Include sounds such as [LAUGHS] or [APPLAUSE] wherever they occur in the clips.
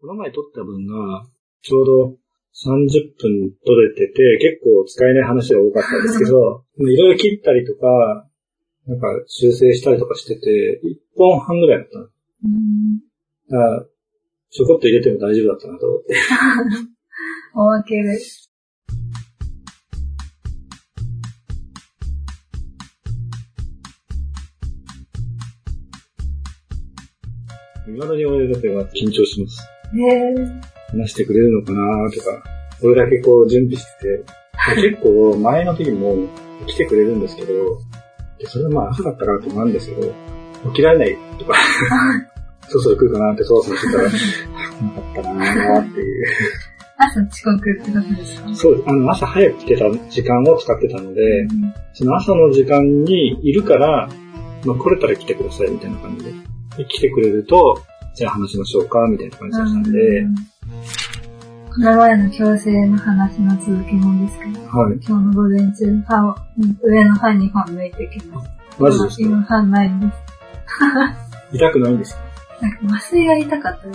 この前撮った分が、ちょうど30分撮れてて、結構使えない話が多かったんですけど、まあいろいろ切ったりとか、なんか修正したりとかしてて、1本半ぐらいだったの。うん。だから、ちょこっと入れても大丈夫だったなと思って。おまけです。未だに俺だってが緊張します。ねえ。話してくれるのかなとか、これだけこう準備してて、結構前の日も来てくれるんですけど、でそれはまあ朝だったからってもあるんですけど、起きられないと [LAUGHS] か、そろそろ来るかなってそわそわしてたら、あ来なかったなーっていう。朝遅刻ってことですかそうです。あの、朝早く来てた時間を使ってたので、うんその朝の時間にいるから、まあ来れたら来てくださいみたいな感じで。で来てくれると、じゃあ話しましょうか、みたいな感じだったんで、うんこの前の強制の話の続きなんですけど、はい。今日の午前中、歯を、うん上の歯2本抜いてきます。マジです今、か今歯ないんです。痛くないんですかなんか麻酔が痛かったで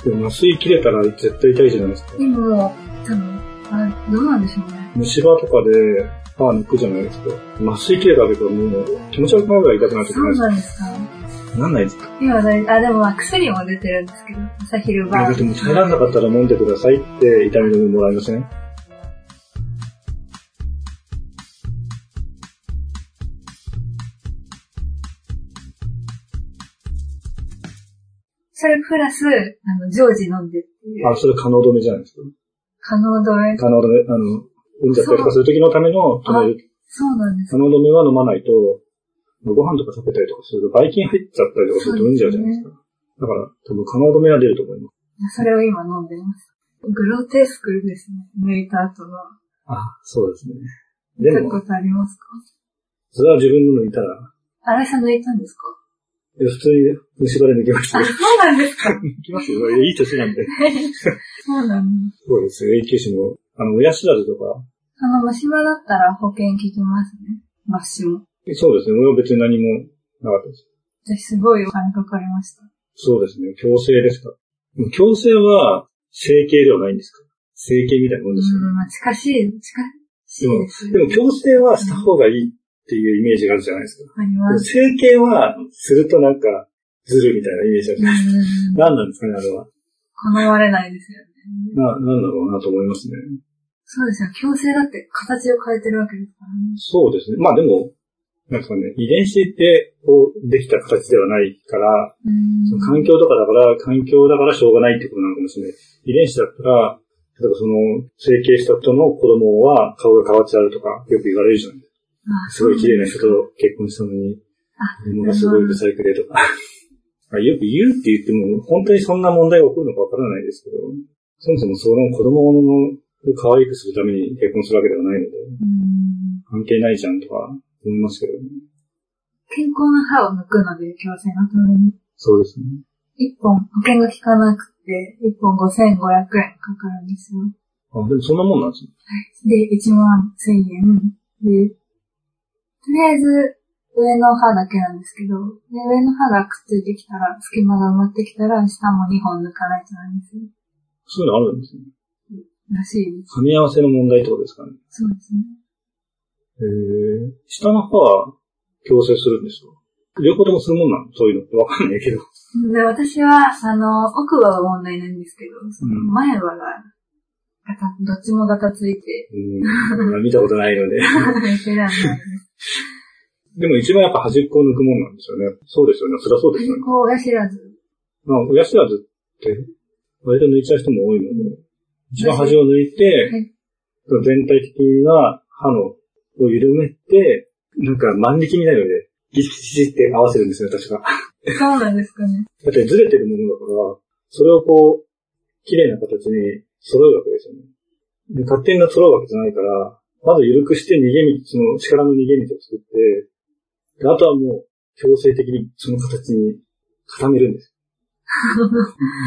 す。でも麻酔切れたら絶対痛いじゃないですか。でも、多分、あどうなんでしょうね。虫歯とかで歯抜くじゃないですか。麻酔切れただけどもう気持ち悪くなるぐらい痛くなってくそなういですなんですかか。なんないですか。今だい、あ、でもまあ薬も出てるんですけど、朝昼いやだ晩っ。てもう耐えられなかったら飲んでくださいって痛み止めもらえませんそれプラス、あの、常時飲んでっていう、あ、それ可能止めじゃないですか。可能度合い。可能止め、あの、うんじゃったりとかする時のための止める。そうなんです。可能止めは飲まないと、ご飯とか食べたりとかすると、ばい菌入っちゃったりとかするとうんじゃうじゃないですか。だから、多分可能止めは出ると思います。それを今飲んでます。グロテスクですね。抜いた後が。あ、そうですね。見でたもこ、とありますかそれは自分の抜いたら、荒井さん抜いたんですかいや普通に虫歯で抜けましたあ、。そうなんです [LAUGHS] か行きますよ。いい年なんで。そうなんです。そうですよ。永久歯も。あの、親知らずとか。あの、虫歯だったら保険聞きますね。マッシュも。そうですね。俺は別に何もなかったです。私すごいお金かかりました。そうですね。矯正ですか。でも矯正は、整形ではないんですか整形みたいなもんですようん、まあ近しい、近しいですよ。ね。でも矯正はした方がいいっていうイメージがあるじゃないですか。ありでまもす。整形は、するとなんか、ずるみたいなイメージあるう。ん、何なんですかね、あれは。好まれないですよね。な、なんだろうなと思いますね。そうですよ。強制だって形を変えてるわけですからね。そうですね。まあでも、なんですかね、遺伝子って、こう、できた形ではないから、その環う境とかだから、環境だからしょうがないってことなのかもしれない。遺伝子だったら、例えばその、整形した人の子供は顔が変わっちゃうとか、よく言われるじゃん。ん。あすごい綺麗な人と結婚したのに、あ子供がすごいブサイクでとか。 [LAUGHS] まあよく言うって言っても、本当にそんな問題が起こるのかわからないですけど、そもそもその子供を可愛くするために結婚するわけではないので、うん関係ないじゃんとか思いますけどね。健康な歯を抜くので、矯正のために。そうですね。一本、保険が効かなくて、一本5500円かかるんですよ。あ、でもそんなもんなんですね。で、1万1000円。で、とりあえず、上の歯だけなんですけど、で上の歯がくっついてきたら、隙間が埋まってきたら、下も2本抜かないとなんですよ。そういうのあるんですね。らしいです。噛み合わせの問題ってことですかね。そうですね。へえ。下の歯は矯正するんですか両方ともするもんなのそういうのってわかんない [LAUGHS] けど。で、私は、あの、奥歯は問題ないんですけど、そのうん前歯が、ガタどっちもガタついて、 [LAUGHS] うん。見たことないので。 [LAUGHS] いけらんないです。でも一番やっぱ端っこを抜くもんなんですよね。そうですよね。そりゃそうですよね。こう、親知らず。まあ、親知らずって、割と抜いちゃう人も多いので、一番端を抜いて、はい全体的な歯の、を緩めて、なんか万力みたいなので、ギシギシギシって合わせるんですよね、確か。そうなんですかね。だってずれてるものだから、それをこう、綺麗な形に揃うわけですよね。で勝手に揃うわけじゃないから、まず緩くして逃げ道、その力の逃げ道を作って、であとはもう強制的にその形に固めるんです。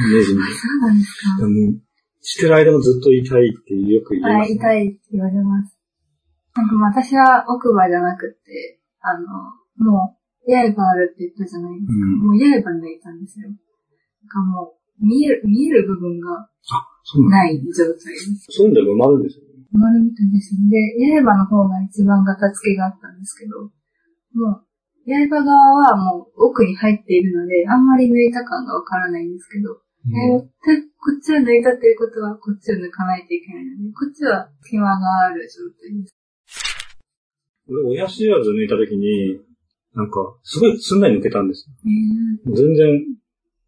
イメージに。そうなんですでもしてる間もずっと痛いってよく言いか。まはすい、ね、痛いって言われます。なんか私は奥歯じゃなくて、あの、もう、刃あるって言ったじゃないですか。うんもう刃抜いたんですよ。なんかもう、見える、見える部分がそうなんだ。ない状態です。そういうので埋まるんですよね。丸みたいですね。で、刃の方が一番型付けがあったんですけど、もう、刃側はもう奥に入っているので、あんまり抜いた感がわからないんですけど、えーこっちを抜いたっていうことは、こっちを抜かないといけないので、こっちは隙間がある状態です。俺、親知らず抜いた時に、なんか、すごいすんなり抜けたんですよ。えー全然、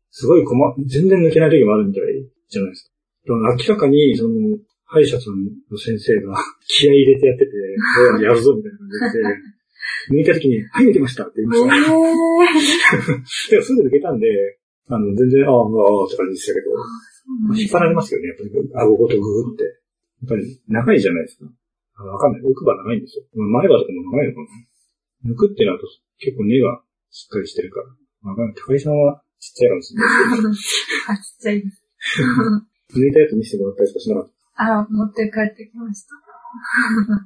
すごい細、全然抜けない時もあるみたいじゃないですか。でも明らかに、その、歯医者さんの先生が [LAUGHS] 気合い入れてやってて、こうやるぞみたいな感じ [LAUGHS] で、抜いた時に、はい、抜けましたって言いました。えーでもすぐ抜けたんで、あの、全然、ああ、ああ、って感じでしたけど、引っ張られますけどね、やっぱり、顎ごとグーって。やっぱり、長いじゃないですか。あわかんない。奥歯長いんですよ。前歯とかも長いのかな。抜くってなると、結構根がしっかりしてるから。わかんない。高井さんはちっちゃいかもしれない。あ、ちっちゃいです。抜いたやつ見せてもらったりとかしなかった。あ、持って帰ってきました。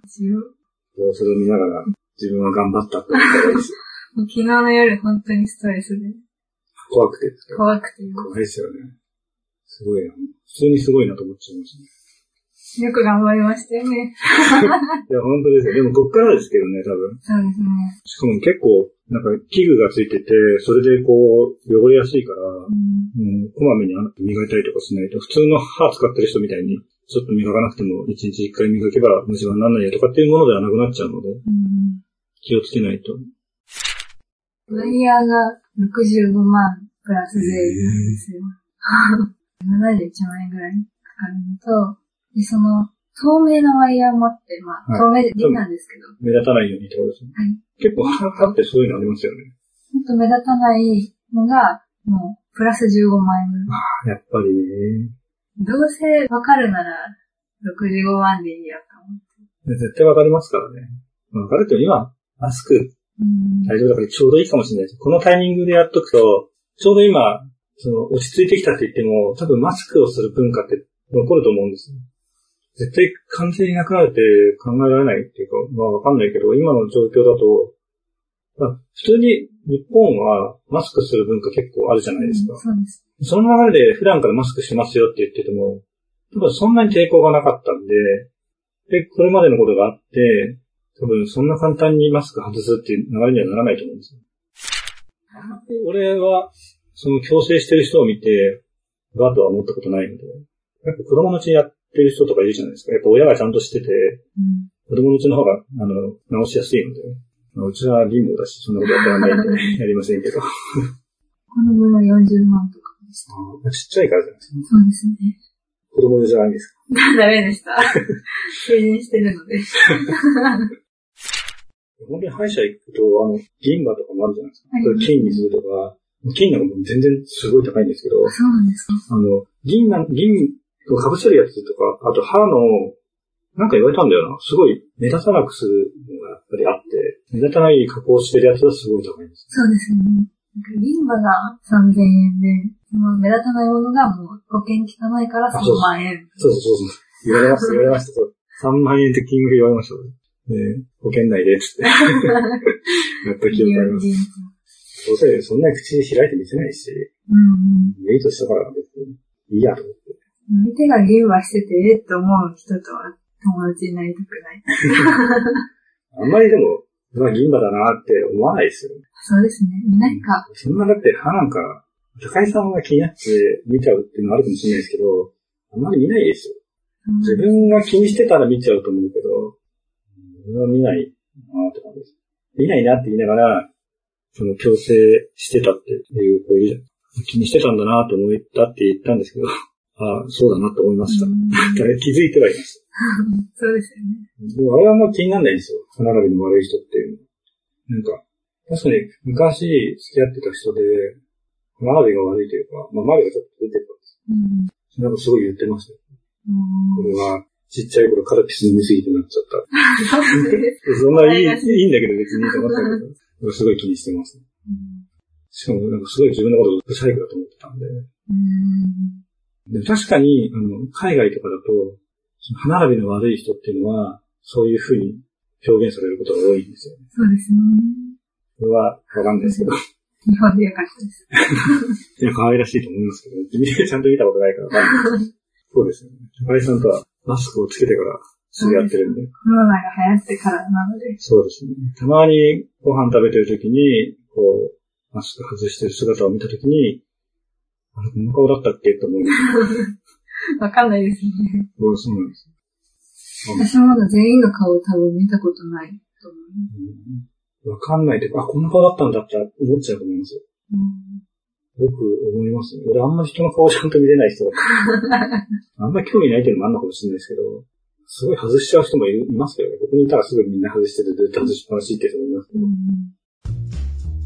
一応それを見ながら、自分は頑張ったって思ったらいいですよ。もう昨日の夜本当にストレスで怖くて。怖くて、怖いですよね。すごいな。普通にすごいなと思っちゃいましたね。よく頑張りましたよね。いや、本当ですよ。でも、こっからですけどね、多分。そうですね。しかも結構、なんか器具がついてて、それでこう、汚れやすいから、うんうん、こまめに洗って磨いたりとかしないと、普通の歯使ってる人みたいに、ちょっと磨かなくても、1日1回磨けば虫歯にならないよとかっていうものではなくなっちゃうので、うん気をつけないと。ワイヤーが65万プラス税なんですよ。71万円ぐらいかかるのと、で、その、透明なワイヤーもあって、まあ、透明でなんですけど、目立たないようにってことですね。はい結構歯歯ってそういうのありますよね。ほんと目立たないのが、もう、プラス15万円ぐやらい。っぱりね。どうせわかるなら、65万でいいやと思って。絶対わかりますからね。わかるけど今、マスクうん大丈夫だからちょうどいいかもしれないです。このタイミングでやっとくと、ちょうど今、その、落ち着いてきたって言っても、多分マスクをする文化って残ると思うんですよ。絶対完全になくなるって考えられないっていうか、まあわかんないけど、今の状況だと、まあ、普通に日本はマスクする文化結構あるじゃないですか。そうです。その流れで普段からマスクしてますよって言ってても、多分そんなに抵抗がなかったんで、で、これまでのことがあって、多分そんな簡単にマスク外すっていう流れにはならないと思うんですよ。俺は、その強制してる人を見て、ガードは思ったことないので、やっぱ子供のうちにやってる人とかいるじゃないですか。やっぱ親がちゃんとしてて、うん子供のうちの方が、あの、直しやすいので、まあうちは貧乏だし、そんなことやってらないんで、やりません [LAUGHS] けど。この分の40万とかでした。ちっちゃいからじゃないですか。そうですね。 [LAUGHS] 子供用じゃないんですかダメでした。成人してるので。本当に歯医者行くと、あの、銀歯とかもあるじゃないですか。ありこまれす金にするとか、金なんかもう全然すごい高いんですけど、そうなんですかあの、銀な、銀を被せるやつとか、あと歯の、なんか言われたんだよな。すごい目立たなくするのがやっぱりあって、目立たない加工してるやつはすごい高いんです。そうですね。なんかリンバが3000円で、その目立たないものがもう保険効かないからあそう3万円。そうそうそうそう。言われました、言われました。そう3万円って金額言われました。ね保険内で、つって。やった記憶あります。友人どうせそんなに口開いて見せないし、うんメイトしたから別に、いいやと思って。うん。相手がリンバしてて、えっと思う人とは友達になりたくない。あんまりでも、まあ銀歯だなって思わないですよね。そうですね。なんか、そんなだって歯なんか、高井さんが気になって見ちゃうっていうのはあるかもしれないですけど、あんまり見ないですよ。うん自分が気にしてたら見ちゃうと思うけど、うん俺は見ないなって感じです。見ないなって言いながら、その強制してたっていう子いるじゃん。気にしてたんだなと思ったって言ったんですけど、ああ、そうだなと思いました。うんだから気づいてはいました。そうですよね。でもあれはあんま気にならないんですよ。歯並びの悪い人っていうのは。なんか、確かに昔付き合ってた人で、歯並びが悪いというか、まあ前がちょっと出てるからです。うんなんかすごい言ってましたよ。もこうれは、ちっちゃい頃カルピス飲みすぎてなっちゃった。そうです。そんないい、いいんだけど別にいいと思ったけど、俺すごい気にしてます、ね。うんしかもなんかすごい自分のことをブサイクだと思ってたんで。うんでも確かに、あの、海外とかだと、その歯並びの悪い人っていうのは、そういう風に表現されることが多いんですよ。そうですね。これはわかんないですけど。日本でよかったです。いや、可愛らしいと思いますけど、自分でちゃんと見たことないからわかんないです。そうですよね。高井さんとはマスクをつけてからすぐやってるんで。コロナが流行ってからなので、そうですね。たまにご飯食べてる時に、こう、マスク外してる姿を見た時に、あれ、この顔だったっけと思います。わかんないですね。そうそうなんです。私もまだ全員の顔を多分見たことないと思う。うんわかんないで、あ、こんな顔だったんだって思っちゃうと思いますよ。うんよく思いますね。俺あんま人の顔ちゃんと見れない人 [LAUGHS] だから。あんま興味ないっていうのもあんのかもしれないですけど、すごい外しちゃう人もいるいますけどね。ここにいたらすぐみんな外してて、ずっと外しっぱなしって人もいます。うん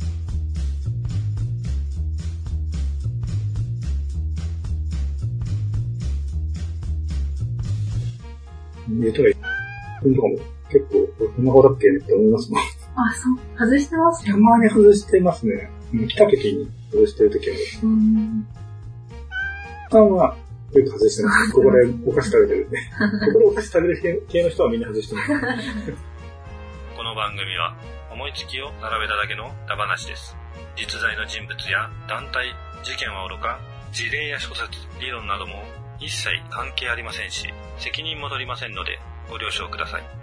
言うとか、君とかも結構、こんな顔だっけって思いますもん。あ、そう。外してますたまに外してますね。もう来た時に外してる時は。うんさんは、よく外してます。ここでお菓子食べてるんで。ここでお菓子食べる系の人はみんな外してます。この番組は思いつきを並べただけのダ話です。実在の人物や団体、事件はおろか、事例や諸説、理論なども一切関係ありませんし、責任も取りませんのでご了承ください。